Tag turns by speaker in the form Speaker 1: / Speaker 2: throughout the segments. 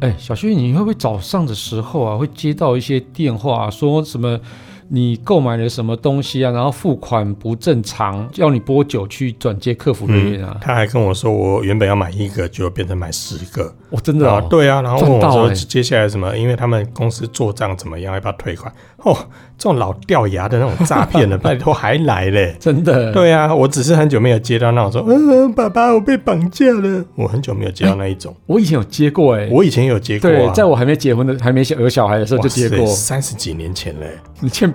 Speaker 1: 哎，小旭，你会不会早上的时候啊，会接到一些电话、啊、说什么你购买了什么东西啊，然后付款不正常，要你拨九去转接客服人员啊？
Speaker 2: 他还跟我说，我原本要买一个，就变成买十个。
Speaker 1: 我、真的
Speaker 2: 啊，
Speaker 1: 哦，
Speaker 2: 对啊，然后问
Speaker 1: 赚
Speaker 2: 我
Speaker 1: 到
Speaker 2: 说
Speaker 1: 欸
Speaker 2: 接下来什么？因为他们公司做账怎么样，要不要退款？哦，这种老掉牙的那种诈骗 的，拜托还来嘞。
Speaker 1: 真的，
Speaker 2: 对啊，我只是很久没有接到那种说，嗯、爸爸，我被绑架了。我很久没有接到那一种，
Speaker 1: 我以前有接过哎、
Speaker 2: 我以前也有接过、啊，
Speaker 1: 对，在我还没结婚的、还没有小孩的时候就接过。
Speaker 2: 三十几年前 嘞。
Speaker 1: 你欠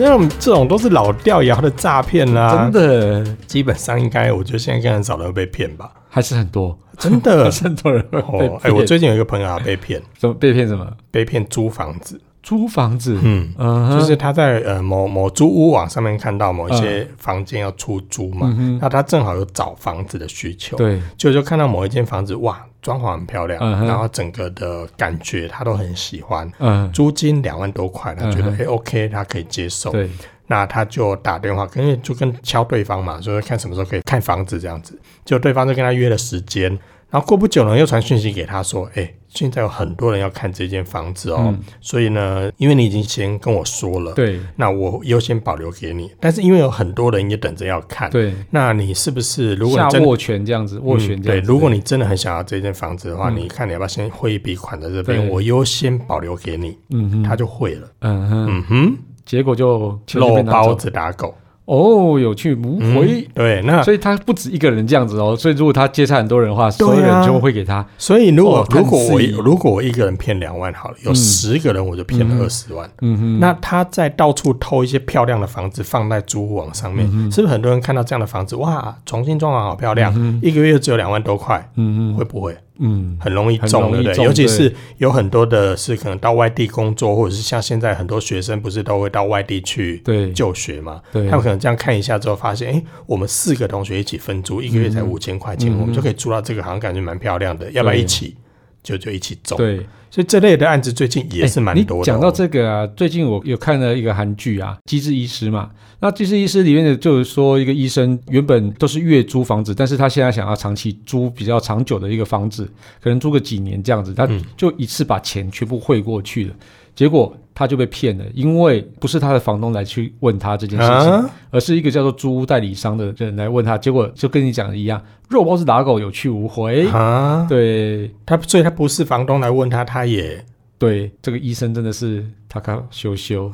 Speaker 2: 那种这种都是老掉牙的诈骗啦
Speaker 1: 真，的
Speaker 2: 基本上应该，我觉得现在应该很少人会被骗吧？
Speaker 1: 还是很多，
Speaker 2: 真的
Speaker 1: 还，是很多人会被
Speaker 2: 哦，
Speaker 1: 骗。
Speaker 2: 哎、我最近有一个朋友啊被骗，
Speaker 1: 怎么被骗？什么
Speaker 2: 被骗租房子，
Speaker 1: 租房子？
Speaker 2: 嗯，
Speaker 1: 嗯哼，
Speaker 2: 就是他在呃某某租屋网上面看到某一些房间要出租嘛，
Speaker 1: 嗯哼，
Speaker 2: 那他正好有找房子的需求，，
Speaker 1: 对，
Speaker 2: 就就看到某一间房子，哇，装潢很漂亮，
Speaker 1: 嗯哼
Speaker 2: 然后整个的感觉他都很喜欢，
Speaker 1: 嗯，
Speaker 2: 租金两万多块，他觉得
Speaker 1: 嗯
Speaker 2: 哎、
Speaker 1: 哼
Speaker 2: OK，他可以接受，
Speaker 1: 对，
Speaker 2: 那他就打电话，因为就跟敲对方嘛，说哎看什么时候可以看房子这样子。结果对方就跟他约了时间，然后过不久呢，又传讯息给他说：“哎、现在有很多人要看这间房子哦，
Speaker 1: 嗯
Speaker 2: 所以呢，因为你已经先跟我说了，
Speaker 1: 对，
Speaker 2: 那我优先保留给你。但是因为有很多人也等着要看，
Speaker 1: 对，
Speaker 2: 那你是不是如果
Speaker 1: 下
Speaker 2: 你真的
Speaker 1: 握拳这样子，握拳
Speaker 2: 嗯
Speaker 1: 这
Speaker 2: 对，
Speaker 1: 样子。
Speaker 2: 如果你真的很想要这间房子的话，
Speaker 1: 嗯
Speaker 2: 你看你要不要先汇一笔款在这边，
Speaker 1: 对
Speaker 2: 我优先保留给你，
Speaker 1: 嗯哼，
Speaker 2: 他就汇了。
Speaker 1: 嗯哼，
Speaker 2: 嗯哼，
Speaker 1: 结果就钱就被
Speaker 2: 肉
Speaker 1: 拿走
Speaker 2: 包子打狗。
Speaker 1: 哦，有去无回。
Speaker 2: 嗯对，那
Speaker 1: 所以他不止一个人这样子哦，所以如果他接洽很多人的话，
Speaker 2: 啊
Speaker 1: 所有人就会给他。
Speaker 2: 所以如果、
Speaker 1: 哦
Speaker 2: 如果我
Speaker 1: 看似
Speaker 2: 一如果我一个人骗两万好了，有
Speaker 1: 嗯
Speaker 2: 十个人我就骗
Speaker 1: 嗯
Speaker 2: 了
Speaker 1: 哼
Speaker 2: 二十万。
Speaker 1: 嗯哼，
Speaker 2: 那他在到处偷一些漂亮的房子放在租屋网上面，
Speaker 1: 嗯
Speaker 2: 是不是很多人看到这样的房子，哇，重新装潢好漂亮，一个月只有两万多块，
Speaker 1: 嗯哼，
Speaker 2: 会不会
Speaker 1: 嗯，
Speaker 2: 很容易
Speaker 1: 很
Speaker 2: 中，
Speaker 1: 容
Speaker 2: 对
Speaker 1: 易
Speaker 2: 不对？
Speaker 1: 中
Speaker 2: 尤其
Speaker 1: 对
Speaker 2: 是有很多的是可能到外地工作，或者是像现在很多学生不是都会到外地去
Speaker 1: 对，
Speaker 2: 就学嘛，
Speaker 1: 对
Speaker 2: 他们可能这样看一下之后，发现，哎、我们四个同学一起分租，一个月
Speaker 1: 嗯
Speaker 2: 才五千块钱，我们就可以租到这个，好像感觉蛮漂亮的，要不要一起？就就一起走。，
Speaker 1: 对，
Speaker 2: 所以这类的案子最近也是蛮
Speaker 1: 诶
Speaker 2: 多的、哦
Speaker 1: 你讲到，这个啊，最近我有看了一个韩剧啊，《机智医师》嘛。那《机智医师》里面的就是说，一个医生原本都是月租房子，但是他现在想要长期租比较长久的一个房子，可能租个几年这样子，他
Speaker 2: 嗯
Speaker 1: 就一次把钱全部汇过去了，结果他就被骗了，因为不是他的房东来去问他这件事情，
Speaker 2: 啊，
Speaker 1: 而是一个叫做租屋代理商的人来问他，结果就跟你讲的一样，肉包子打狗，有去无回。
Speaker 2: 啊，
Speaker 1: 对
Speaker 2: 他所以他不是房东来问他，他也
Speaker 1: 对，这个医生真的是他靠羞 羞。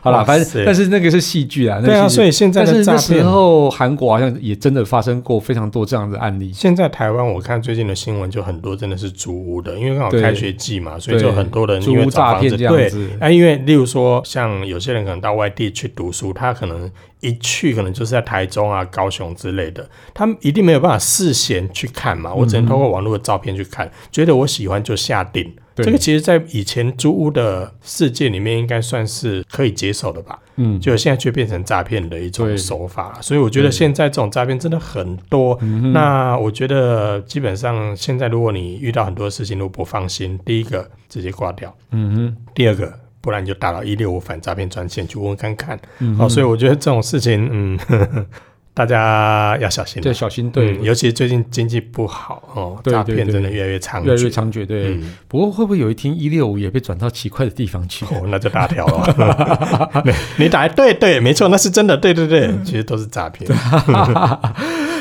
Speaker 1: 好啦，
Speaker 2: 哇
Speaker 1: 反
Speaker 2: 塞
Speaker 1: 正但是那个是戏剧啊，那
Speaker 2: 对啊，
Speaker 1: 是戏
Speaker 2: 所
Speaker 1: 剧
Speaker 2: 以现在
Speaker 1: 但
Speaker 2: 的
Speaker 1: 是
Speaker 2: 诈
Speaker 1: 那时
Speaker 2: 骗。
Speaker 1: 候韩国好像也真的发生过非常多这样的案例。
Speaker 2: 现在台湾，我看最近的新闻就很多真的是租屋的，因为刚好
Speaker 1: 对
Speaker 2: 开学季嘛，所以就
Speaker 1: 对
Speaker 2: 很多人
Speaker 1: 租
Speaker 2: 因
Speaker 1: 屋
Speaker 2: 为找
Speaker 1: 诈
Speaker 2: 房
Speaker 1: 骗
Speaker 2: 子
Speaker 1: 这
Speaker 2: 对
Speaker 1: 样子，
Speaker 2: 哎，因为例如说，像有些人可能到外地去读书，他可能一去可能就是在台中啊、高雄之类的，他们一定没有办法事先去看嘛，我只
Speaker 1: 嗯
Speaker 2: 能透过网络的照片去看，觉得我喜欢就下定。
Speaker 1: 对
Speaker 2: 这个其实，在以前租屋的世界里面，应该算是可以接受的吧？
Speaker 1: 嗯，
Speaker 2: 就现在却变成诈骗的一种
Speaker 1: 对
Speaker 2: 手法，所以我觉得
Speaker 1: 对嗯
Speaker 2: 现在这种诈骗真的很多。那我觉得基本上现在，如果你遇到很多事情都不放心，第一个直接挂掉。
Speaker 1: 嗯哼，
Speaker 2: 第二个，不然你就打到一六五反诈骗专线去问问看看。
Speaker 1: 嗯
Speaker 2: 哦，所以我觉得这种事情，嗯， 呵呵大家要小心
Speaker 1: 对，
Speaker 2: 啊。
Speaker 1: 小心对
Speaker 2: 嗯，尤其最近经济不好哦，
Speaker 1: 对
Speaker 2: 诈
Speaker 1: 对
Speaker 2: 骗
Speaker 1: 对
Speaker 2: 真的越来越猖獗。
Speaker 1: 越来越猖獗，对。
Speaker 2: 嗯，
Speaker 1: 不过会不会有一天一六五也被转到奇怪的地方去？
Speaker 2: 哦，那就大条了。 你你打对对，没错，那是真的，对对
Speaker 1: 嗯
Speaker 2: 对，其实都是诈骗。啊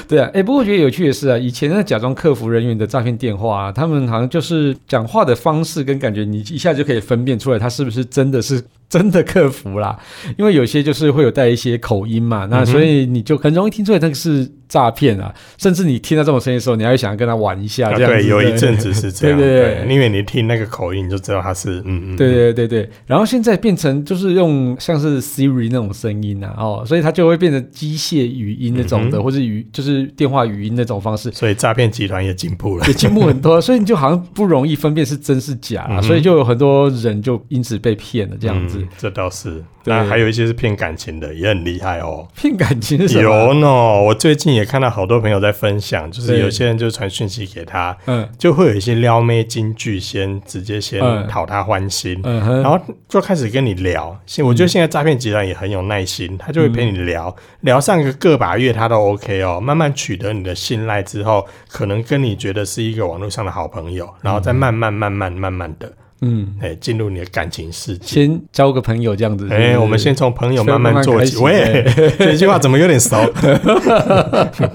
Speaker 1: 对啊，哎，不过我觉得有趣的是啊，以前那假装客服人员的诈骗电话、啊，他们好像就是讲话的方式跟感觉，你一下就可以分辨出来他是不是真的是真的客
Speaker 2: 嗯
Speaker 1: 服啦。因为有些就是会有带一些口音嘛，那所以你就很容易听出来那个是诈骗啊，甚至你听到这种声音的时候，你还会想要跟他玩一下
Speaker 2: 啊
Speaker 1: 这样子。
Speaker 2: 对，有一阵子是这样，
Speaker 1: 对对对
Speaker 2: 因为你听那个口音你就知道他是嗯嗯，
Speaker 1: 对对对对，然后现在变成就是用像是 Siri 那种声音啊，哦，所以它就会变成机械语音那种的，
Speaker 2: 嗯哼
Speaker 1: 或是语就是电话语音那种方式，
Speaker 2: 所以诈骗集团也进步了。
Speaker 1: 也进步很多，所以你就好像不容易分辨是真是假啦，
Speaker 2: 嗯哼
Speaker 1: 所以就有很多人就因此被骗了这样子。
Speaker 2: 嗯这倒是。
Speaker 1: 对
Speaker 2: 那还有一些是骗感情的，也很厉害哦。
Speaker 1: 骗感情是什么？
Speaker 2: 有呢，我最近也看到好多朋友在分享，就是
Speaker 1: 对
Speaker 2: 有些人就传讯息给他，
Speaker 1: 嗯
Speaker 2: 就会有一些撩妹金句先直接先
Speaker 1: 嗯
Speaker 2: 讨他欢心，
Speaker 1: 嗯哼，
Speaker 2: 然后就开始跟你聊。现我觉得现在诈骗集团也很有耐心，他
Speaker 1: 嗯
Speaker 2: 就会陪你聊，聊上个个把月他都 OK 哦。慢慢取得你的信赖之后，可能跟你觉得是一个网络上的好朋友，然后再慢慢慢慢慢慢的，
Speaker 1: 嗯，
Speaker 2: 哎，进入你的感情世界。
Speaker 1: 先交个朋友这样子。
Speaker 2: 哎、我们先从朋友慢慢做起。
Speaker 1: 嗯慢慢开
Speaker 2: 喂， 这句话怎么有点熟？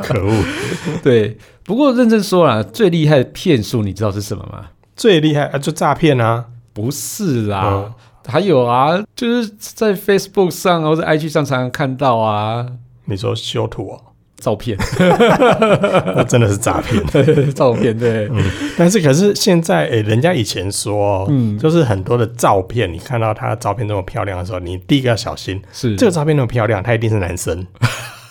Speaker 2: 可恶！
Speaker 1: 对，不过认真说啦，最厉害的骗术你知道是什么吗？
Speaker 2: 最厉害啊，就诈骗啊！
Speaker 1: 不是啦。
Speaker 2: 嗯
Speaker 1: 还有啊，就是在 Facebook 上啊或者 IG 上常常看到啊
Speaker 2: 你说修 图哦，
Speaker 1: 照片，
Speaker 2: 那真的是诈骗。
Speaker 1: 照片对，
Speaker 2: 嗯但是可是现在，哎、人家以前说、哦，
Speaker 1: 嗯
Speaker 2: 就是很多的照片，你看到他照片这么漂亮的时候，你第一个要小心，
Speaker 1: 是
Speaker 2: 这个照片那么漂亮，他一定是男生。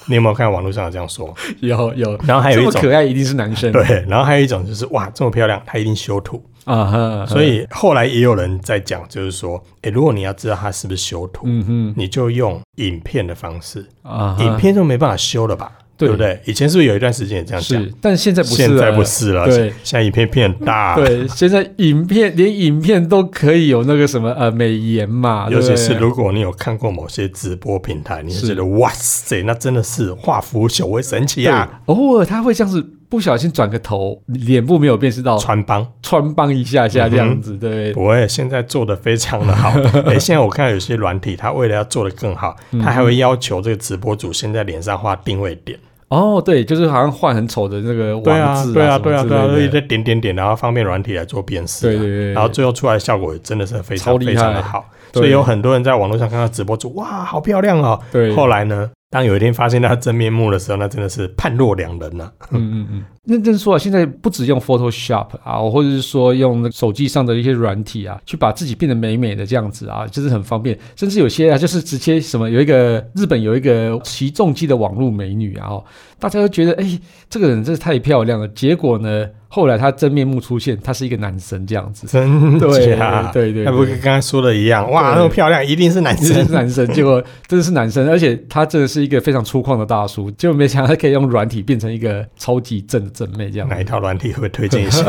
Speaker 2: 你有没有看网络上有这样说？
Speaker 1: 有有，
Speaker 2: 然后还有
Speaker 1: 这
Speaker 2: 一
Speaker 1: 么
Speaker 2: 种。
Speaker 1: 可爱一定是男生，
Speaker 2: 对，然后还有一种就是哇，这么漂亮，他一定修图。
Speaker 1: 啊哈，
Speaker 2: 所以后来也有人在讲，就是说，诶、如果你要知道他是不是修图，
Speaker 1: 嗯哼
Speaker 2: 你就用影片的方式，
Speaker 1: 啊哈，
Speaker 2: 影片就没办法修了吧？
Speaker 1: 对
Speaker 2: 不对？以前是不是有一段时间也这样讲？
Speaker 1: 是，但现在不是
Speaker 2: 现在
Speaker 1: 了
Speaker 2: 不是了，
Speaker 1: 对
Speaker 2: 现在影片变大，，
Speaker 1: 对，现在影片连影片都可以有那个什么呃美颜嘛，
Speaker 2: 尤
Speaker 1: 对
Speaker 2: 其
Speaker 1: 不
Speaker 2: 是
Speaker 1: 对
Speaker 2: 如果你有看过某些直播平台，你
Speaker 1: 是
Speaker 2: 就觉得哇塞，那真的是化腐朽为神奇啊！
Speaker 1: 对，偶尔他会像是不小心转个头，脸部没有辨识到，
Speaker 2: 穿嗯帮
Speaker 1: 穿帮一下下这样子，对，
Speaker 2: 不会，现在做的非常 的好。哎、现在我看到有些软体，它为了要做的更好，
Speaker 1: 嗯
Speaker 2: 它还会要求这个直播主先在脸上画定位点。
Speaker 1: 哦，对，就是好像换很丑的那个
Speaker 2: 对
Speaker 1: 网
Speaker 2: 啊，
Speaker 1: 字
Speaker 2: 对啊，
Speaker 1: 什么
Speaker 2: 对啊，
Speaker 1: 之
Speaker 2: 对啊，
Speaker 1: 类
Speaker 2: 就一
Speaker 1: 的
Speaker 2: 直点点点，然后方便软体来做辨识啊、
Speaker 1: 对对对
Speaker 2: 然后最后出来的效果也真的是非
Speaker 1: 超
Speaker 2: 常
Speaker 1: 厉害
Speaker 2: 非常的好，
Speaker 1: 对
Speaker 2: 所以有很多人在网络上看到直播主，哇，好漂亮哦。
Speaker 1: 对，
Speaker 2: 后来呢，当有一天发现他真面目的时候，那真的是判若两人啊 呐、
Speaker 1: 嗯嗯嗯，认真说啊，现在不只用 Photoshop 啊，或者是说用手机上的一些软体啊，去把自己变得美美的这样子啊，就是很方便。甚至有些啊，就是直接什么有一个日本有一个骑重机的网络美女啊、哦，大家都觉得哎、这个人真是太漂亮了。结果呢，后来她真面目出现，他是一个男生这样子。
Speaker 2: 真
Speaker 1: 对
Speaker 2: 假？
Speaker 1: 对对
Speaker 2: 那不
Speaker 1: 对
Speaker 2: 跟刚才说的一样，哇，
Speaker 1: 对
Speaker 2: 那么漂亮，一定是男
Speaker 1: 真的
Speaker 2: 生
Speaker 1: 是。男生，结果真的是男生，而且他真的是一个非常粗犷的大叔，结果没想到他可以用软体变成一个超级正的正妹这样子
Speaker 2: 哪一套软体会推荐一下？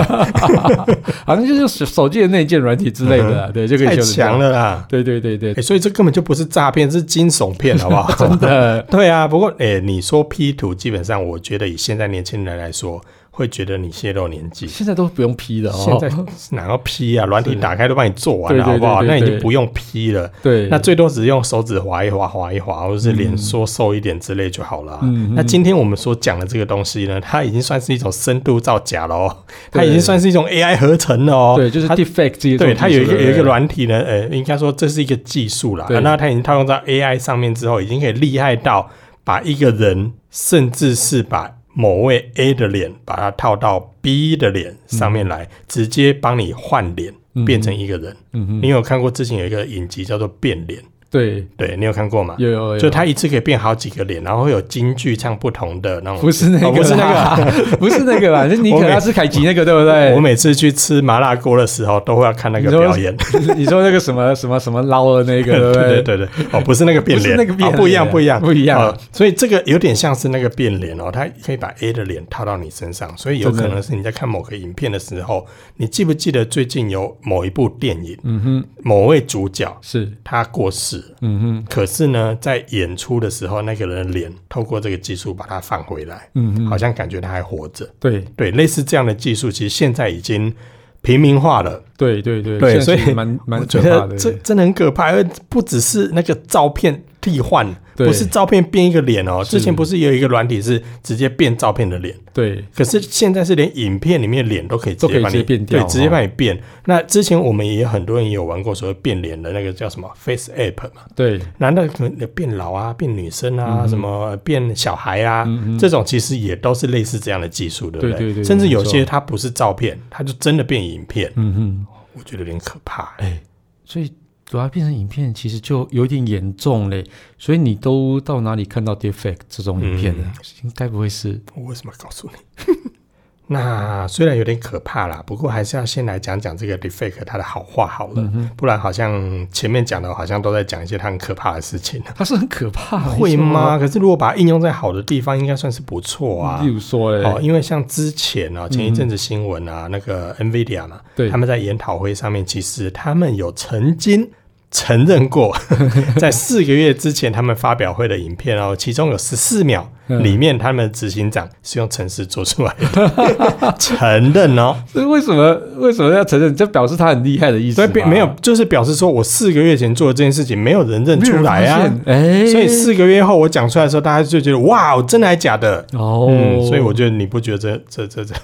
Speaker 1: 好像就是手手机的内建软体之类的啊，对，就可以
Speaker 2: 嗯太
Speaker 1: 修得 这样
Speaker 2: 强。了啦！
Speaker 1: 对对对对
Speaker 2: 哎、，所以这根本就不是诈骗，是惊悚片，好不好？
Speaker 1: 真。的，
Speaker 2: 对啊，不过哎、你说 P 图，基本上我觉得以现在年轻人来说，会觉得你泄露年纪。
Speaker 1: 现在都不用 P 的
Speaker 2: 现在
Speaker 1: 哦。
Speaker 2: 哪要 P 啊？软体打开都帮你做完
Speaker 1: 对
Speaker 2: 了，
Speaker 1: 对
Speaker 2: 好不好？
Speaker 1: 对对
Speaker 2: 那你
Speaker 1: 对
Speaker 2: 就不用 P 了，
Speaker 1: 对，嗯
Speaker 2: 那最多只用手指划一划、划一划，或者是脸缩瘦一点之类就好了啊、
Speaker 1: 嗯嗯
Speaker 2: 那今天我们所讲的这个东西呢，它已经算是一种深度造假了哦，
Speaker 1: 对
Speaker 2: 它已经算是一种 AI 合成了哦。
Speaker 1: 对就是
Speaker 2: 它
Speaker 1: defect 这些东西，
Speaker 2: 对，它有一个
Speaker 1: 对
Speaker 2: 有一个，软体呢，呃，应该说这是一个技术啦、
Speaker 1: 对
Speaker 2: 啊那它已经套用到 AI 上面之后，已经可以厉害到把一个人，甚至是把某位 A 的脸，把它套到 B 的脸上面来，直接帮你换脸，
Speaker 1: 嗯
Speaker 2: 变成一个人。
Speaker 1: 嗯哼，
Speaker 2: 你有看过之前有一个影集叫做《变脸》，
Speaker 1: 对，
Speaker 2: 对你有看过吗？
Speaker 1: 有有有，
Speaker 2: 就它一次可以变好几个脸，然后会有京剧唱不同的那种。
Speaker 1: 不是那个，
Speaker 2: 哦不是那个
Speaker 1: 个，不是那个 啦，是 尼可拉斯凯奇那个，对不对？
Speaker 2: 我每次去吃麻辣锅的时候，都会要看那个
Speaker 1: 你说
Speaker 2: 表演。
Speaker 1: 你说那个什么什么什么捞的 那个，不
Speaker 2: 对对对，哦，不是那个变脸，
Speaker 1: 不是那个变脸啊
Speaker 2: 哦不一样，不一样，
Speaker 1: 不一样
Speaker 2: 哦所以这个有点像是那个变脸哦，它可以把 A 的脸套到你身上，所以有可
Speaker 1: 真的
Speaker 2: 能是你在看某个影片的时候，你记不记得最近有某一部电影，
Speaker 1: 嗯哼，
Speaker 2: 某位主角
Speaker 1: 是，
Speaker 2: 他过世了，
Speaker 1: 嗯哼，
Speaker 2: 可是呢，在演出的时候，那个人的脸透过这个技术把它放回来，
Speaker 1: 嗯哼，
Speaker 2: 好像感觉他还活着。
Speaker 1: 对
Speaker 2: 对，类似这样的技术，其实现在已经平民化了。
Speaker 1: 对对对
Speaker 2: 对
Speaker 1: 现在
Speaker 2: 所以
Speaker 1: 其实蛮蛮
Speaker 2: 我
Speaker 1: 可
Speaker 2: 觉
Speaker 1: 怕
Speaker 2: 得
Speaker 1: 的，
Speaker 2: 这真的很可怕，而不只是那个照片替换，
Speaker 1: 对
Speaker 2: 不是照片变一个脸哦。
Speaker 1: 是
Speaker 2: 之前不是也有一个软体是直接变照片的脸，
Speaker 1: 对
Speaker 2: 可是现在是连影片里面脸都可以直接把
Speaker 1: 都可以直
Speaker 2: 你
Speaker 1: 接变掉
Speaker 2: 对，直接
Speaker 1: 哦
Speaker 2: 把你变。那之前我们也有很多人也有玩过所谓变脸的那个叫什么 Face App 嘛，
Speaker 1: 对，
Speaker 2: 难道可能变老啊、变女生啊、
Speaker 1: 嗯哼
Speaker 2: 什么变小孩啊、
Speaker 1: 嗯嗯，
Speaker 2: 这种其实也都是类似这样的技术，对不
Speaker 1: 对对对
Speaker 2: 甚至有
Speaker 1: 没
Speaker 2: 些
Speaker 1: 错
Speaker 2: 它不是照片，它就真的变影片，
Speaker 1: 嗯嗯，
Speaker 2: 我觉得有点可怕、
Speaker 1: 哎、所以主要变成影片，其实就有点严重嘞。所以你都到哪里看到 deepfake 这种影片
Speaker 2: 嗯
Speaker 1: 呢？应该不会是
Speaker 2: 我为什么告诉你？ 那虽然有点可怕啦，不过还是要先来讲讲这个 deepfake 它的好话好了，
Speaker 1: 嗯
Speaker 2: 不然好像前面讲的好像都在讲一些它很可怕的事情。
Speaker 1: 它是很可怕，
Speaker 2: 会吗？？可是如果把它应用在好的地方，应该算是不错啊
Speaker 1: 例。如嗯说嘞，
Speaker 2: 哦，因为像之前啊，前一阵子新闻啊，那个 NVIDIA 嘛，
Speaker 1: 对
Speaker 2: 他们在研讨会上面，其实他们有曾经承认 过，在四个月之前他们发表会的影片哦，其中有十四秒
Speaker 1: 嗯
Speaker 2: 里面，他们的执行长是用程式做出来 的，承认哦，
Speaker 1: 所以为什么为什么要承认？这表示他很厉害的意思
Speaker 2: 所
Speaker 1: 吗。
Speaker 2: 以表没有，就是表示说我四个月前做的这件事情，没有人认
Speaker 1: 没有
Speaker 2: 出
Speaker 1: 人
Speaker 2: 来
Speaker 1: 发
Speaker 2: 啊
Speaker 1: 现。哎，
Speaker 2: 所以四个月后我讲出来的时候，大家就觉得哇，真的还假的？
Speaker 1: 哦、
Speaker 2: 嗯，所以我觉得你不觉得这这这这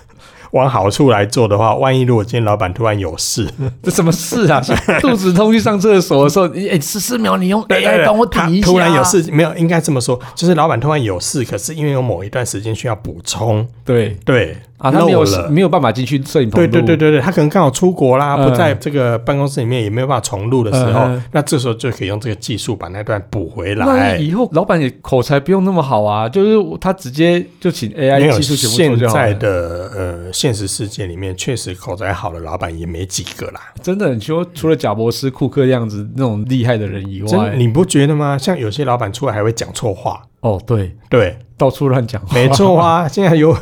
Speaker 2: 往好处来做的话，万一如果今天老板突然有事，
Speaker 1: 这什么事 啊？肚子痛去上厕所的时候，你哎十四秒你用 AI 哎帮我
Speaker 2: 他
Speaker 1: 顶一下，啊
Speaker 2: 突然有，事，没有应该这么说，就是老板突然有事，可是因为有某一段时间需要补充，
Speaker 1: 对
Speaker 2: 对
Speaker 1: 啊，他
Speaker 2: 漏
Speaker 1: 没有
Speaker 2: 了。
Speaker 1: 没有办法进去摄影棚
Speaker 2: 对
Speaker 1: 录，
Speaker 2: 对对对对，他可能刚好出国啦，
Speaker 1: 嗯
Speaker 2: 不在这个办公室里面，也没有办法重录的时候，
Speaker 1: 嗯嗯
Speaker 2: 那这时候就可以用这个技术把那段补回
Speaker 1: 那
Speaker 2: 来。
Speaker 1: 以后老板也口才不用那么好啊，就是他直接就请
Speaker 2: 没
Speaker 1: AI
Speaker 2: 有
Speaker 1: 技术全部
Speaker 2: 现
Speaker 1: 做就好
Speaker 2: 在
Speaker 1: 了。
Speaker 2: 的呃现实世界里面，确实口才好的老板也没几个啦。
Speaker 1: 真的，你说除了贾博士、库克这样子那种厉害的人以
Speaker 2: 真
Speaker 1: 外，
Speaker 2: 你不觉得吗？像有些老板出来还会讲错话，
Speaker 1: 哦，对，
Speaker 2: 对，
Speaker 1: 到处乱 讲话，
Speaker 2: 没错啊。现在有 啊、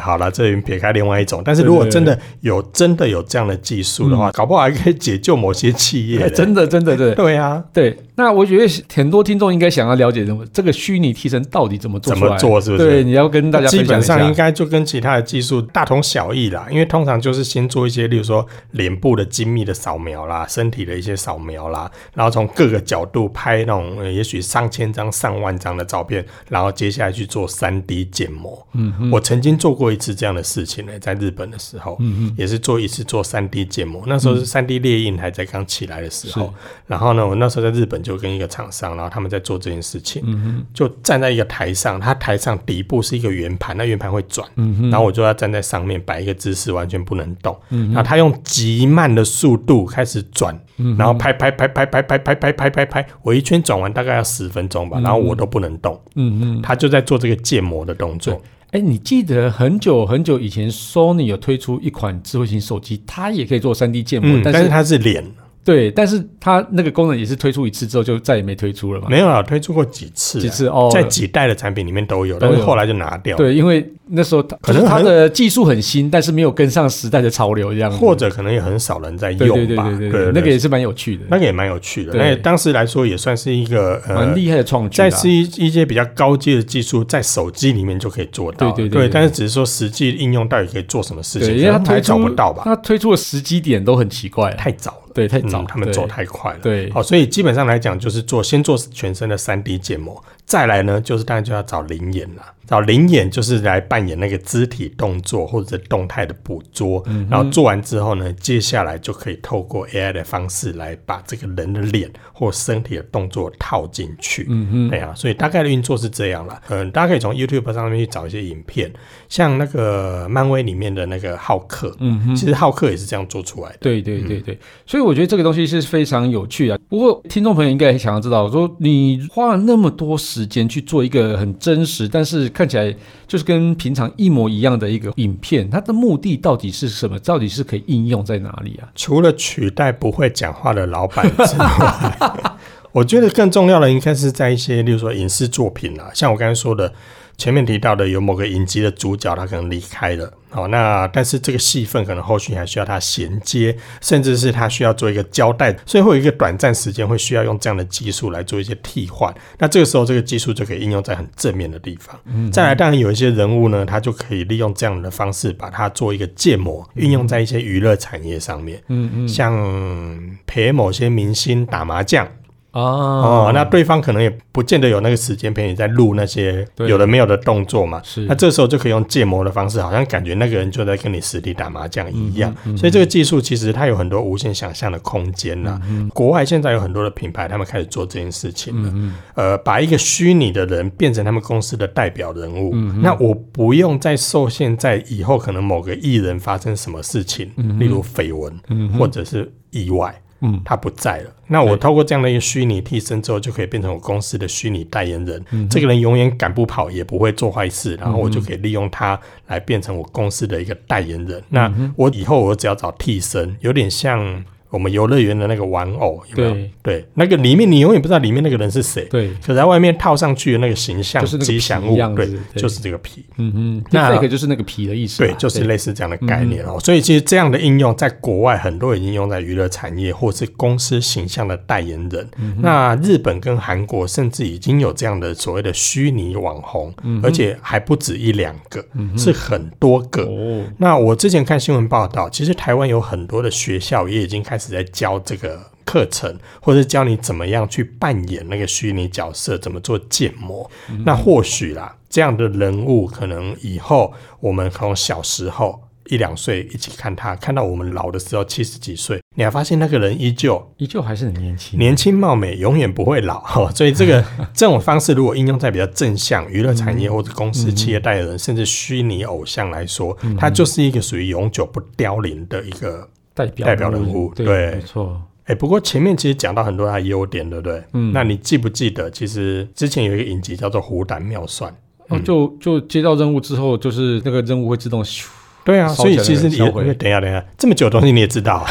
Speaker 2: 好了，这里撇开另外一种，但是如果
Speaker 1: 对对
Speaker 2: 真的有真的有这样的技术的话，搞不好还可以解救某些企业
Speaker 1: 哎，
Speaker 2: 嘞。
Speaker 1: 真的，真的，对
Speaker 2: 对啊，
Speaker 1: 对。那我觉得很多听众应该想要了解什么，这个虚拟替身到底怎么做
Speaker 2: 怎
Speaker 1: 出
Speaker 2: 么
Speaker 1: 来？
Speaker 2: 做是不
Speaker 1: 对，
Speaker 2: 是？
Speaker 1: 你要跟大家
Speaker 2: 基
Speaker 1: 分享
Speaker 2: 本
Speaker 1: 一下
Speaker 2: 上应该就跟其他的技术大同小异啦，因为通常就是先做一些，例如说脸部的精密的扫描啦，身体的一些扫描啦，然后从各个角度拍那种，呃、也许上千张、上万张的照片，然后接下来去做三 D 建模。
Speaker 1: 嗯哼，
Speaker 2: 我曾经做过一次这样的事情呢，在日本的时候，
Speaker 1: 嗯
Speaker 2: 也是做一次做三 D 建模，那时候是三 D 列印还在刚起来的时候
Speaker 1: 是，
Speaker 2: 然后呢，我那时候在日本就跟一个厂商，然后他们在做这件事情，
Speaker 1: 嗯哼，
Speaker 2: 就站在一个台上，它台上底部是一个圆盘，那圆盘会转，
Speaker 1: 嗯哼，
Speaker 2: 然后我就要站在上面摆一个姿势，完全不能动，
Speaker 1: 嗯
Speaker 2: 然后他用极慢的速度开始转，然后拍拍拍拍拍拍拍拍拍拍拍，我一圈转完大概要十分钟吧，然后我都不能动，
Speaker 1: 嗯嗯。
Speaker 2: 他就在做这个建模的动作。
Speaker 1: 哎，你记得很久很久以前，Sony 有推出一款智慧型手机，它也可以做 3D 建模，
Speaker 2: 嗯，但
Speaker 1: 但
Speaker 2: 是它是脸，
Speaker 1: 对，但是它那个功能也是推出一次之后就再也没推出了嘛。
Speaker 2: 没有啊，推出过几次啊，
Speaker 1: 几次哦，
Speaker 2: 在几代的产品里面都有，
Speaker 1: 都
Speaker 2: 但
Speaker 1: 有
Speaker 2: 是后来就拿掉。，
Speaker 1: 对，因为那时候它
Speaker 2: 可能
Speaker 1: 就是它
Speaker 2: 很
Speaker 1: 的技术很新，但是没有跟上时代的潮流这样子。
Speaker 2: 或者可能也很少人在
Speaker 1: 对对
Speaker 2: 用
Speaker 1: 对
Speaker 2: 吧。
Speaker 1: 对对对，那个也是蛮有趣的，
Speaker 2: 那个也蛮有趣的。
Speaker 1: 对
Speaker 2: 那也当时来说也算是一个
Speaker 1: 蛮
Speaker 2: 呃。
Speaker 1: 厉害的创举啦。啊
Speaker 2: 在是一一些比较高阶的技术，在手机里面就可以做到了，
Speaker 1: 对对对对
Speaker 2: 但是只是说实际应用到底可以做什么事情，
Speaker 1: 对，
Speaker 2: 可
Speaker 1: 因为它
Speaker 2: 能还
Speaker 1: 推
Speaker 2: 找
Speaker 1: 出
Speaker 2: 不到吧？
Speaker 1: 它推出的时机点都很奇怪啦，
Speaker 2: 太早了，
Speaker 1: 对，太
Speaker 2: 嗯
Speaker 1: 早，
Speaker 2: 他们
Speaker 1: 对
Speaker 2: 走太快了。
Speaker 1: 对
Speaker 2: 好，所以基本上来讲，就是做先做全身的三 D 建模，再来呢，就是当然就要找灵眼啦。找灵眼就是来扮演那个肢体动作或者动态的捕捉，
Speaker 1: 嗯
Speaker 2: 然后做完之后呢，接下来就可以透过 AI 的方式来把这个人的脸或身体的动作套进去。
Speaker 1: 嗯
Speaker 2: 对啊，所以大概的运作是这样啦。嗯、大家可以从 YouTube 上面去找一些影片，像那个漫威里面的那个浩克，
Speaker 1: 嗯哼。
Speaker 2: 其实浩克也是这样做出来的。
Speaker 1: 对对对对，所以我觉得这个东西是非常有趣啊。不过听众朋友应该也想要知道，说你花了那么多时间去做一个很真实，但是看起来就是跟平常一模一样的一个影片，它的目的到底是什么？到底是可以应用在哪里啊？
Speaker 2: 除了取代不会讲话的老板之外， 我觉得更重要的应该是在一些，例如说影视作品啊，像我刚才说的，前面提到的有某个影集的主角他可能离开了，好、那但是这个戏份可能后续还需要他衔接，甚至是他需要做一个交代，所以会有一个短暂时间会需要用这样的技术来做一些替换。那这个时候，这个技术就可以应用在很正面的地方。再来，当然有一些人物呢，他就可以利用这样的方式把它做一个建模，运用在一些娱乐产业上面。
Speaker 1: 嗯嗯，
Speaker 2: 像陪某些明星打麻将，
Speaker 1: 啊，
Speaker 2: 哦，那对方可能也不见得有那个时间陪你在录那些
Speaker 1: 对
Speaker 2: 有的没有的动作嘛。
Speaker 1: 是
Speaker 2: 那这时候就可以用建模的方式，好像感觉那个人就在跟你实地打麻将一样。
Speaker 1: 嗯嗯嗯
Speaker 2: 所以这个技术其实它有很多无限想象的空间呐、国外现在有很多的品牌，他们开始做这件事情了。
Speaker 1: 嗯嗯
Speaker 2: 呃，把一个虚拟的人变成他们公司的代表人物，
Speaker 1: 嗯
Speaker 2: 那我不用再受限在以后可能某个艺人发生什么事情，例如绯闻、或者是意外。
Speaker 1: 嗯
Speaker 2: 他不在了，那我透过这样的一个虚拟替身之后，就可以变成我公司的虚拟代言人。
Speaker 1: 嗯
Speaker 2: 这个人永远赶不跑，也不会做坏事，然后我就可以利用他来变成我公司的一个代言人。
Speaker 1: 嗯
Speaker 2: 那我以后我只要找替身，有点像我们游乐园的那个玩偶，有没有？
Speaker 1: 对
Speaker 2: 对，那个里面你永远不知道里面那个人是谁，
Speaker 1: 对，
Speaker 2: 可在外面套上去的那个形象
Speaker 1: 就是那个
Speaker 2: 吉
Speaker 1: 皮
Speaker 2: 祥物
Speaker 1: 样，子
Speaker 2: 对，
Speaker 1: 对
Speaker 2: 就是这个皮，
Speaker 1: 嗯嗯，
Speaker 2: 那
Speaker 1: 那 fake 就是那个皮的意思嘛，
Speaker 2: 对，就是类似这样的概念哦。所以其实这样的应用在国外很多已经用在娱乐产业或是公司形象的代言人。那日本跟韩国甚至已经有这样的所谓的虚拟网红，而且还不止一两个，是很多个。
Speaker 1: 哦，
Speaker 2: 那我之前看新闻报道，其实台湾有很多的学校也已经开始在教这个课程，或者教你怎么样去扮演那个虚拟角色，怎么做建模。那或许啦，这样的人物可能以后我们从小时候。一两岁一起看他，看到我们老的时候七十几岁，你还发现那个人依旧
Speaker 1: 依旧还是很年轻，
Speaker 2: 年轻貌美永远不会老， 哦、所以这个这种方式如果应用在比较正向娱乐产业或者公司企业代言人，甚至虚拟偶像来说，它就是一个属于永久不凋零的一个。
Speaker 1: 代表
Speaker 2: 代表人物对
Speaker 1: 对，没错，
Speaker 2: 哎、不过前面其实讲到很多它的优点，对不对？嗯，那你记不记得，其实之前有一个影集叫做《虎胆妙算》。
Speaker 1: 哦就就接到任务之后，就是那个任务会自动咻，
Speaker 2: 对啊，
Speaker 1: 烧
Speaker 2: 所以其实
Speaker 1: 起来
Speaker 2: 也
Speaker 1: 了销毁
Speaker 2: 等一下，等一下，这么久的东西你也知 道，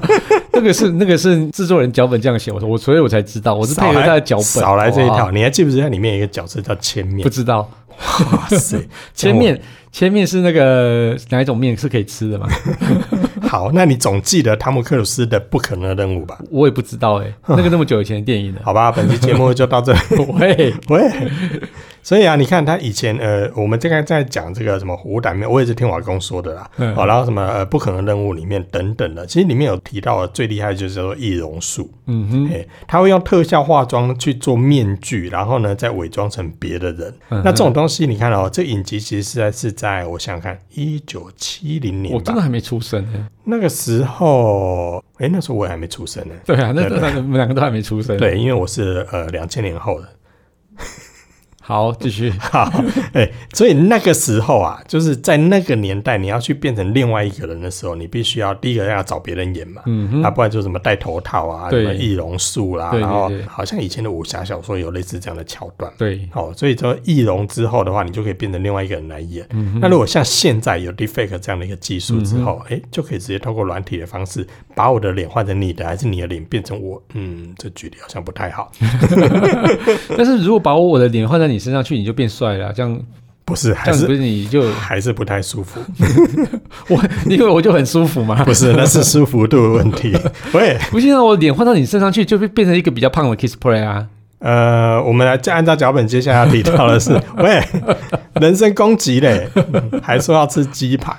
Speaker 1: 那个是那个是制作人脚本这样写，我说我所以我才知道，我是配
Speaker 2: 少
Speaker 1: 合
Speaker 2: 来
Speaker 1: 他的脚本，
Speaker 2: 少来这一
Speaker 1: 好不好
Speaker 2: 套。，你还记不记得里面有一个角色叫千面
Speaker 1: 不？知 道
Speaker 2: 哇塞，
Speaker 1: 切面切面是那个哪一种面是可以吃的吗？
Speaker 2: 好，那你总记得汤姆克鲁斯的《不可能的任务》吧？
Speaker 1: 我也不知道哎、 那个那么久以前的电影了，
Speaker 2: 好吧，本期节目就 到这里。
Speaker 1: 喂，
Speaker 2: 喂，所以啊，你看他以前呃，我们这个在讲这个什么虎胆面，我也是听瓦工说的啦。
Speaker 1: 嗯
Speaker 2: 好、然后什么呃不可能任务里面等等的，其实里面有提到的最厉害的就是叫做易容术，
Speaker 1: 嗯哼，
Speaker 2: 哎、他会用特效化妆去做面具，然后呢再伪装成别的人。
Speaker 1: 嗯
Speaker 2: 那这种东西你看哦，这影集其实是在是在我想想看，一九七零年
Speaker 1: 我真
Speaker 2: 吧，
Speaker 1: 的还没出生哎、
Speaker 2: 那个时候，哎、那时候我也还没出生呢、
Speaker 1: 对啊，那
Speaker 2: 对
Speaker 1: 那那我们两个都还没出生，，
Speaker 2: 对，因为我是呃两千年后的，
Speaker 1: 好，继续，
Speaker 2: 好， 哎、所以那个时候啊，就是在那个年代，你要去变成另外一个人的时候，你必须要第一个要找别人演嘛，
Speaker 1: 嗯哼，
Speaker 2: 啊，不然就什么戴头套啊，什
Speaker 1: 对
Speaker 2: 么易容术啦、
Speaker 1: 对对
Speaker 2: 然后
Speaker 1: 对
Speaker 2: 好像以前的武侠小说有类似这样的桥段。
Speaker 1: 对，
Speaker 2: 哦，所以说易容之后的话，你就可以变成另外一个人来演。
Speaker 1: 嗯
Speaker 2: 那如果像现在有 deepfake 这样的一个技术之后，哎、就可以直接透过软体的方式，把我的脸换成你的，还是你的脸变成我？嗯，这举例好像不太好。
Speaker 1: 但是如果把我的脸换在你身上去，你就变帅了啊，这样
Speaker 2: 不是，
Speaker 1: 这
Speaker 2: 还
Speaker 1: 样子不
Speaker 2: 是
Speaker 1: 是你就
Speaker 2: 还是不太舒服。
Speaker 1: 我，因为我就很舒服嘛。
Speaker 2: 不是，那是舒服度的问题。喂，
Speaker 1: 不信啊，我脸换到你身上去，就会变成一个比较胖的 Kiss Play 啊。
Speaker 2: 呃，我们来再按照脚本，接下来要提到的是，喂，人身攻击嘞，嗯还说要吃鸡排。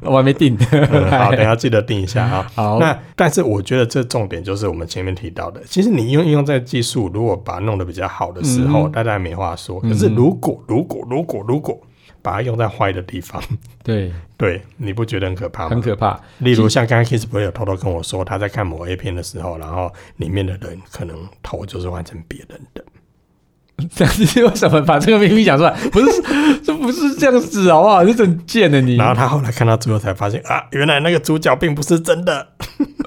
Speaker 1: 我还没定。
Speaker 2: 嗯好，等一下记得定一下啊。
Speaker 1: 哎好
Speaker 2: 那但是我觉得这重点就是我们前面提到的，其实你用应用在技术，如果把它弄得比较好的时候，大家没话说。可是如果如果如果如果把它用在坏的地方，
Speaker 1: 对，
Speaker 2: 对，你不觉得很可怕吗
Speaker 1: 很？可怕。
Speaker 2: 例如像刚刚 Kiss Boy 有偷偷跟我说，他在看某 A 片的时候，然后里面的人可能头就是换成别人的。
Speaker 1: 但是为什么把这个秘密讲出来？不是，这不是这样子好不好？这很贱的你
Speaker 2: 然，后他后来看到最后才发现啊，原来那个主角并不是真的。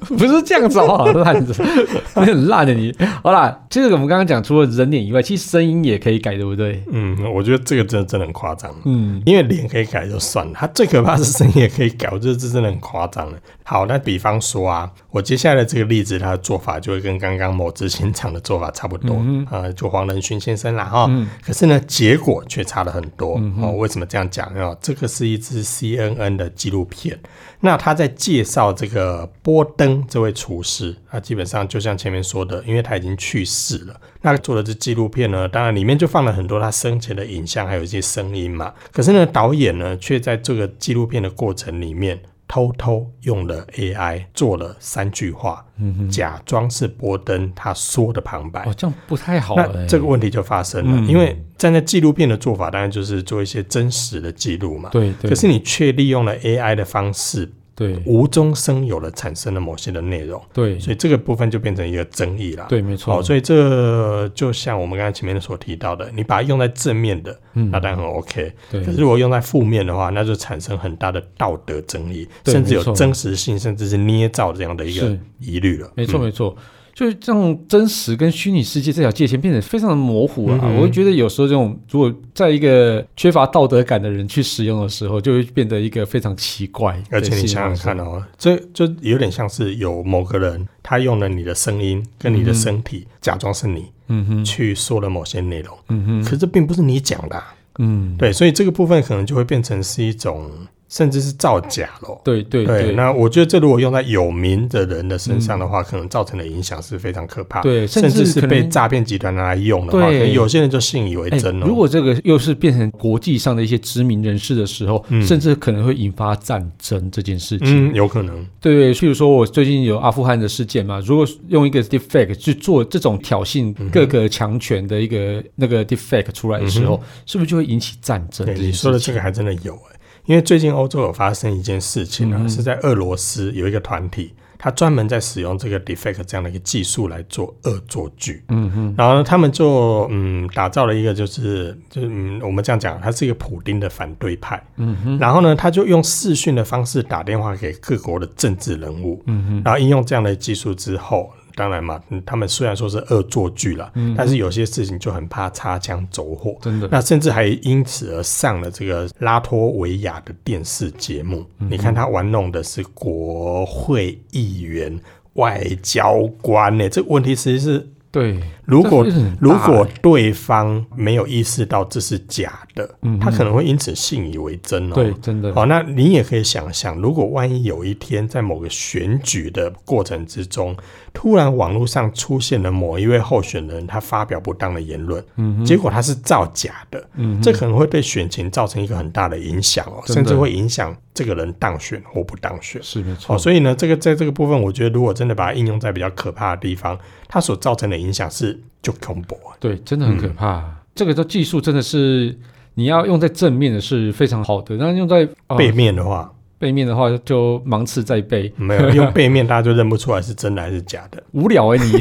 Speaker 1: 不是这样子好不好？烂子， 你很烂的你。好啦，这个我们刚刚讲，除了人脸以外，其实声音也可以改，对不对？
Speaker 2: 嗯，我觉得这个真的真的很夸张。
Speaker 1: 嗯，
Speaker 2: 因为脸可以改就算了，他最可怕是声音也可以改，我觉得这真的很夸张了。好，那比方说啊，我接下来这个例子，他的做法就会跟刚刚某执行长的做法差不多，呃，就黄仁勋先生啦哈。可是呢，结果却差了很多、哦。为什么这样讲呢？这个是一支 CNN 的纪录片，那他在介绍这个波登这位厨师，那基本上就像前面说的，因为他已经去世了。那做的这纪录片呢，当然里面就放了很多他生前的影像，还有一些声音嘛。可是呢，导演呢却在这个纪录片的过程里面。偷偷用了 AI 做了三句话，
Speaker 1: 嗯哼，
Speaker 2: 假装是波登他说的旁白
Speaker 1: 哦，。这样不太好欸了、
Speaker 2: 那这个问题就发生了，
Speaker 1: 嗯
Speaker 2: 因为站在纪录片的做法，当然就是做一些真实的记录嘛。
Speaker 1: 对对，
Speaker 2: 可是你却利用了 AI 的方式，
Speaker 1: 对
Speaker 2: 无中生有的产生了某些的内容，
Speaker 1: 对
Speaker 2: 所以这个部分就变成一个争议啦。，
Speaker 1: 嗯对，没
Speaker 2: 好、
Speaker 1: 错，
Speaker 2: 所以这就像我们刚才前面所提到的，你把它用在正面的，
Speaker 1: 嗯
Speaker 2: 那当然很 OK。
Speaker 1: 对
Speaker 2: 可是如果用在负面的话，那就产生很大的道德争议，
Speaker 1: 对
Speaker 2: 甚至有
Speaker 1: 没错
Speaker 2: 真实性，甚至是捏造这样的一个
Speaker 1: 是
Speaker 2: 疑虑了。
Speaker 1: 没错
Speaker 2: 嗯
Speaker 1: 没错，就是这种真实跟虚拟世界这条界限变得非常的模糊啊。
Speaker 2: 嗯哼
Speaker 1: 我会觉得有时候这种如果在一个缺乏道德感的人去使用的时候，就会变得一个非常奇怪。
Speaker 2: 而且你想想看
Speaker 1: 啊，
Speaker 2: 哦，这就有点像是有某个人他用了你的声音跟你的身体，假装是你
Speaker 1: 嗯哼，
Speaker 2: 去说了某些内容，
Speaker 1: 嗯哼，
Speaker 2: 可这并不是你讲的啊、
Speaker 1: 嗯，
Speaker 2: 对，所以这个部分可能就会变成是一种甚至是造假咯。
Speaker 1: 对对对，嗯
Speaker 2: 那我觉得这如果用在有名的人的身上的话，可能造成的影响是非常可怕，
Speaker 1: 对
Speaker 2: 甚
Speaker 1: 甚至
Speaker 2: 是
Speaker 1: 可能
Speaker 2: 被诈骗集团拿来用的话，可
Speaker 1: 对
Speaker 2: 能有些人就信以为
Speaker 1: 哎
Speaker 2: 真哦。
Speaker 1: 如果这个又是变成国际上的一些知名人士的时候，
Speaker 2: 嗯
Speaker 1: 甚至可能会引发战争这件事情。
Speaker 2: 嗯，有可能，
Speaker 1: 对，譬如说我最近有阿富汗的事件嘛，如果用一个 deepfake 去做这种挑衅各个强权的一
Speaker 2: 嗯
Speaker 1: 个、那个 deepfake 出来的时候，是不是就会引起战争
Speaker 2: 对
Speaker 1: 这件事情？
Speaker 2: 你说的这个还真的有哎、因为最近欧洲有发生一件事情
Speaker 1: 嗯
Speaker 2: 啊，是在俄罗斯有一个团体，他专门在使用这个 deepfake 这样的一个技术来做恶作剧。
Speaker 1: 嗯哼，
Speaker 2: 然后呢，他们就嗯打造了一个就是就是嗯我们这样讲，他是一个普丁的反对派。
Speaker 1: 嗯哼，
Speaker 2: 然后呢，他就用视讯的方式打电话给各国的政治人物，
Speaker 1: 嗯哼，
Speaker 2: 然后应用这样的技术之后，当然嘛，嗯他们虽然说是恶作剧了，
Speaker 1: 嗯
Speaker 2: 但是有些事情就很怕擦枪走火，
Speaker 1: 真的，
Speaker 2: 那甚至还因此而上了这个拉脱维亚的电视节目。
Speaker 1: 嗯
Speaker 2: 你看他玩弄的是国会议员、外交官呢、这个问题其实是，
Speaker 1: 对，
Speaker 2: 如果嗯
Speaker 1: 这是很大欸
Speaker 2: 如果对方没有意识到这是假的，他可能会因此信以为真哦。
Speaker 1: 嗯对，真的，
Speaker 2: 好，那你也可以想象，如果万一有一天在某个选举的过程之中，突然网络上出现了某一位候选人，他发表不当的言论，嗯、结果他是造假的，
Speaker 1: 嗯
Speaker 2: 这可能会对选情造成一个很大的影响哦，
Speaker 1: 真的
Speaker 2: 甚至会影响这个人当选或不当选。
Speaker 1: 是没错，
Speaker 2: 哦，所以呢，这个在这个部分，我觉得如果真的把它应用在比较可怕的地方，它所造成的影响是就恐怖啊。
Speaker 1: 对，真的很可怕。这个的技术真的是你要用在正面的是非常好的，那用在、呃
Speaker 2: 背面的话，
Speaker 1: 背面的话就芒刺在背，
Speaker 2: 没 有用背面，大家就认不出来是真的还是假的。
Speaker 1: 无聊哎、你。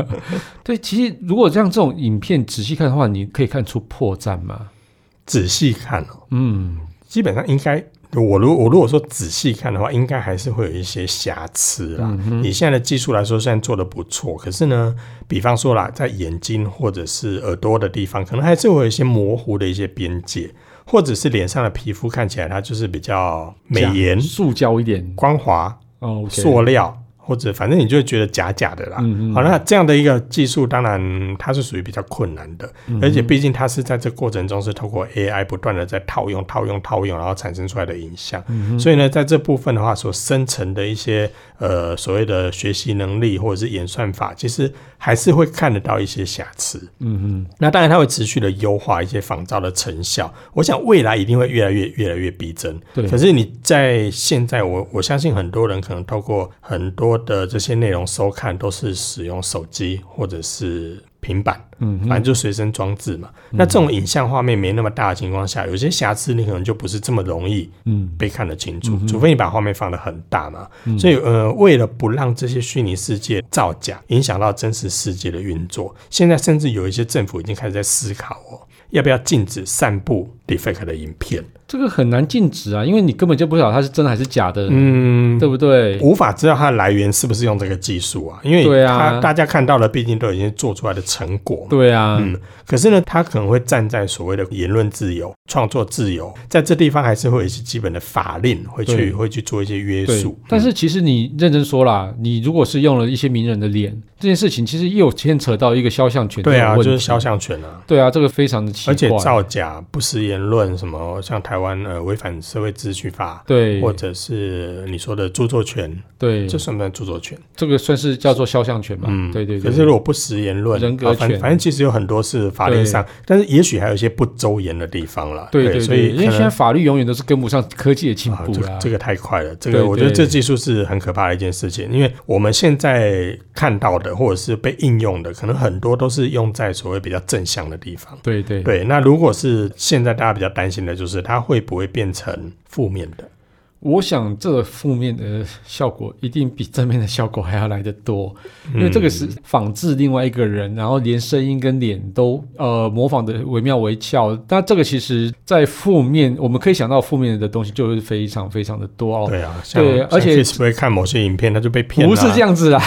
Speaker 1: 对，其实如果像这种影片仔细看的话，你可以看出破绽吗？
Speaker 2: 仔细看哦。
Speaker 1: 嗯，
Speaker 2: 基本上应该，我如我如果说仔细看的话，应该还是会有一些瑕疵
Speaker 1: 嗯
Speaker 2: 啦。以现在的技术来说，虽然做的不错，可是呢，比方说啦，在眼睛或者是耳朵的地方，可能还是会有一些模糊的一些边界，或者是脸上的皮肤看起来它就是比较美颜、
Speaker 1: 塑胶一点
Speaker 2: 光滑、
Speaker 1: 哦，
Speaker 2: 塑料，或者反正你就会觉得假假的啦。
Speaker 1: 嗯嗯，
Speaker 2: 好，那这样的一个技术，当然它是属于比较困难的，
Speaker 1: 嗯
Speaker 2: 而且毕竟它是在这过程中是透过 AI 不断的在套用、套用、套用，然后产生出来的影像。
Speaker 1: 嗯
Speaker 2: 所以呢，在这部分的话，所生成的一些呃所谓的学习能力或者是演算法，其实还是会看得到一些瑕疵。
Speaker 1: 嗯
Speaker 2: 那当然，它会持续的优化一些仿造的成效。我想未来一定会越来越越来越逼真。
Speaker 1: 对
Speaker 2: 可是你在现在我，我相信很多人可能透过很多的这些内容收看，都是使用手机或者是平板，
Speaker 1: 嗯
Speaker 2: 反正就随身装置嘛。那这种影像画面没那么大的情况下，有些瑕疵你可能就不是这么容易
Speaker 1: 嗯
Speaker 2: 被看得清楚，除非你把画面放得很大嘛。所以呃，为了不让这些虚拟世界造假影响到真实世界的运作，现在甚至有一些政府已经开始在思考哦，要不要禁止散布 deepfake 的影片？
Speaker 1: 嗯，这个很难禁止啊，因为你根本就不晓得它是真的还是假的，
Speaker 2: 嗯。
Speaker 1: 对不对？
Speaker 2: 无法知道它的来源是不是用这个技术啊，因为
Speaker 1: 对
Speaker 2: 它、
Speaker 1: 啊
Speaker 2: 大家看到的毕竟都已经做出来的成果嘛。
Speaker 1: 对啊，
Speaker 2: 嗯，可是呢，他可能会站在所谓的言论自由、创作自由，在这地方还是会有一些基本的法令会去
Speaker 1: 对
Speaker 2: 会去做一些约
Speaker 1: 对
Speaker 2: 束。。
Speaker 1: 但是其实你认真说啦，你如果是用了一些名人的脸，这件事情其实又牵扯到一个肖像权
Speaker 2: 对
Speaker 1: 这
Speaker 2: 啊，
Speaker 1: 种问
Speaker 2: 就
Speaker 1: 题
Speaker 2: 是肖像权啊，
Speaker 1: 对啊，这个非常的奇怪，
Speaker 2: 而且造假、不实言论什么，像台湾呃违反社会秩序法，
Speaker 1: 对
Speaker 2: 或者是你说的著作权，
Speaker 1: 对，
Speaker 2: 这算不算著作权？
Speaker 1: 这个算是叫做肖像权吧？对对对。
Speaker 2: 嗯可是如果不实言论，
Speaker 1: 人格
Speaker 2: 啊反
Speaker 1: 权
Speaker 2: 反正其实有很多是法律上，但是也许还有一些不周延的地方啦。
Speaker 1: 对
Speaker 2: 所
Speaker 1: 对，
Speaker 2: 以
Speaker 1: 因为
Speaker 2: 可
Speaker 1: 现
Speaker 2: 能
Speaker 1: 在法律永远都是跟不上科技的进
Speaker 2: 啊，
Speaker 1: 步
Speaker 2: 这
Speaker 1: 啦
Speaker 2: 个。这个太快了，这
Speaker 1: 对
Speaker 2: 个我觉得
Speaker 1: 对
Speaker 2: 这技术是很可怕的一件事情，因为我们现在看到的或者是被应用的，可能很多都是用在所谓比较正向的地方。
Speaker 1: 对对，
Speaker 2: 对，那如果是现在大家比较担心的就是它会不会变成负面的？
Speaker 1: 我想这个负面的呃效果一定比正面的效果还要来得多，
Speaker 2: 嗯
Speaker 1: 因为这个是仿制另外一个人，然后连声音跟脸都呃模仿的惟妙惟肖。那这个其实，在负面我们可以想到负面的东西就是非常非常的多哦。
Speaker 2: 对啊，像
Speaker 1: 对而且
Speaker 2: 是不会看某些影片，他就被骗了、啊
Speaker 1: 不是这，样子啦，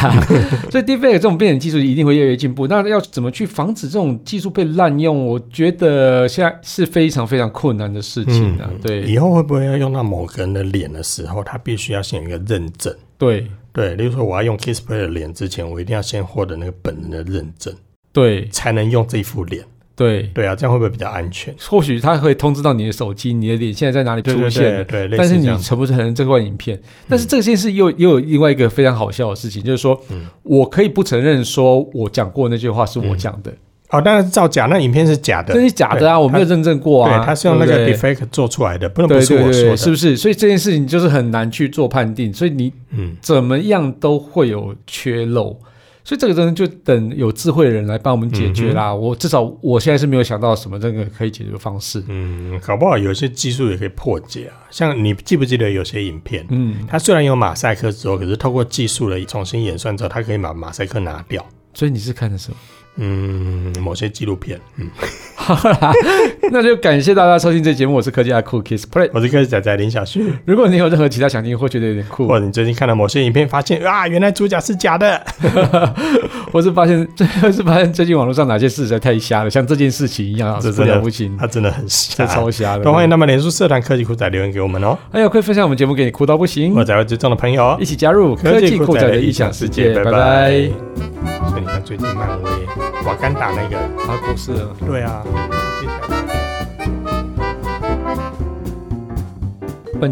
Speaker 1: 所以 deepfake 这种变脸技术一定会越来越进步。那要怎么去防止这种技术被滥用？我觉得现在是非常非常困难的事情啊。对
Speaker 2: 嗯以后会不会要用到某个人的脸的时候，他必须要先有一个认证？
Speaker 1: 对
Speaker 2: 对，例如说我要用 Kissplay 的脸之前，我一定要先获得那个本人的认证，
Speaker 1: 对
Speaker 2: 才能用这副脸。
Speaker 1: 对，
Speaker 2: 对啊，这样会不会比较安全？
Speaker 1: 或许它会通知到你的手机，你的脸现在在哪里
Speaker 2: 对
Speaker 1: 出
Speaker 2: 对
Speaker 1: 现
Speaker 2: 对
Speaker 1: 了。
Speaker 2: 对，类
Speaker 1: 但是
Speaker 2: 似
Speaker 1: 你
Speaker 2: 这样。嗯
Speaker 1: 承不承认这段影片？但是这件事又又有另外一个非常好笑的事情，就是说，
Speaker 2: 嗯
Speaker 1: 我可以不承认说我讲过那句话是我讲的，
Speaker 2: 哦，当然是造假，那影片是假的
Speaker 1: 这，是假的啊，我没有认证过啊。
Speaker 2: 对，它是用那
Speaker 1: 对不
Speaker 2: 个
Speaker 1: 对
Speaker 2: defect 做出来的，不能不
Speaker 1: 对
Speaker 2: 是
Speaker 1: 对
Speaker 2: 我
Speaker 1: 对，
Speaker 2: 说
Speaker 1: 是
Speaker 2: 的。
Speaker 1: 不是？所以这件事情就是很难去做判定，所以你
Speaker 2: 嗯，
Speaker 1: 怎么样都会有缺漏。所以这个东西就等有智慧的人来帮我们解决
Speaker 2: 嗯
Speaker 1: 啦。我至少我现在是没有想到什么这个可以解决的方式。
Speaker 2: 嗯，搞不好有些技术也可以破解啊。像你记不记得有些影片，
Speaker 1: 嗯，
Speaker 2: 它虽然有马赛克之后，可是透过技术的重新演算之后，它可以把马赛克拿掉。
Speaker 1: 所以你是看的什么？
Speaker 2: 嗯，某些纪录片，嗯，
Speaker 1: 好啦， 那就感谢大家收听这节目，我是科技爱酷 Kiss Play。
Speaker 2: 我是科技仔仔林小旭。
Speaker 1: 如果你有任何其他想听或觉得有点酷，
Speaker 2: 或者你最近看了某些影片，发现啊，原来主角是假的，
Speaker 1: 或是发现 最后是发现最近网络上哪些事实在太瞎了，像这件事情一样，
Speaker 2: 这
Speaker 1: 不
Speaker 2: 真的
Speaker 1: 了不起，
Speaker 2: 他真的很
Speaker 1: 这
Speaker 2: 瞎。
Speaker 1: 超瞎的。
Speaker 2: 都欢迎他们脸书社团科技酷仔留言给我们哦，
Speaker 1: 还有可以分享我们节目给你酷到不行
Speaker 2: 或，者会追踪的朋友哦
Speaker 1: 一。起加入科技酷宅的异想世界。拜拜。
Speaker 2: 所以你看，最近漫威、瓦干达那个，
Speaker 1: 啊，股市了。
Speaker 2: 对啊，接下来。
Speaker 1: 本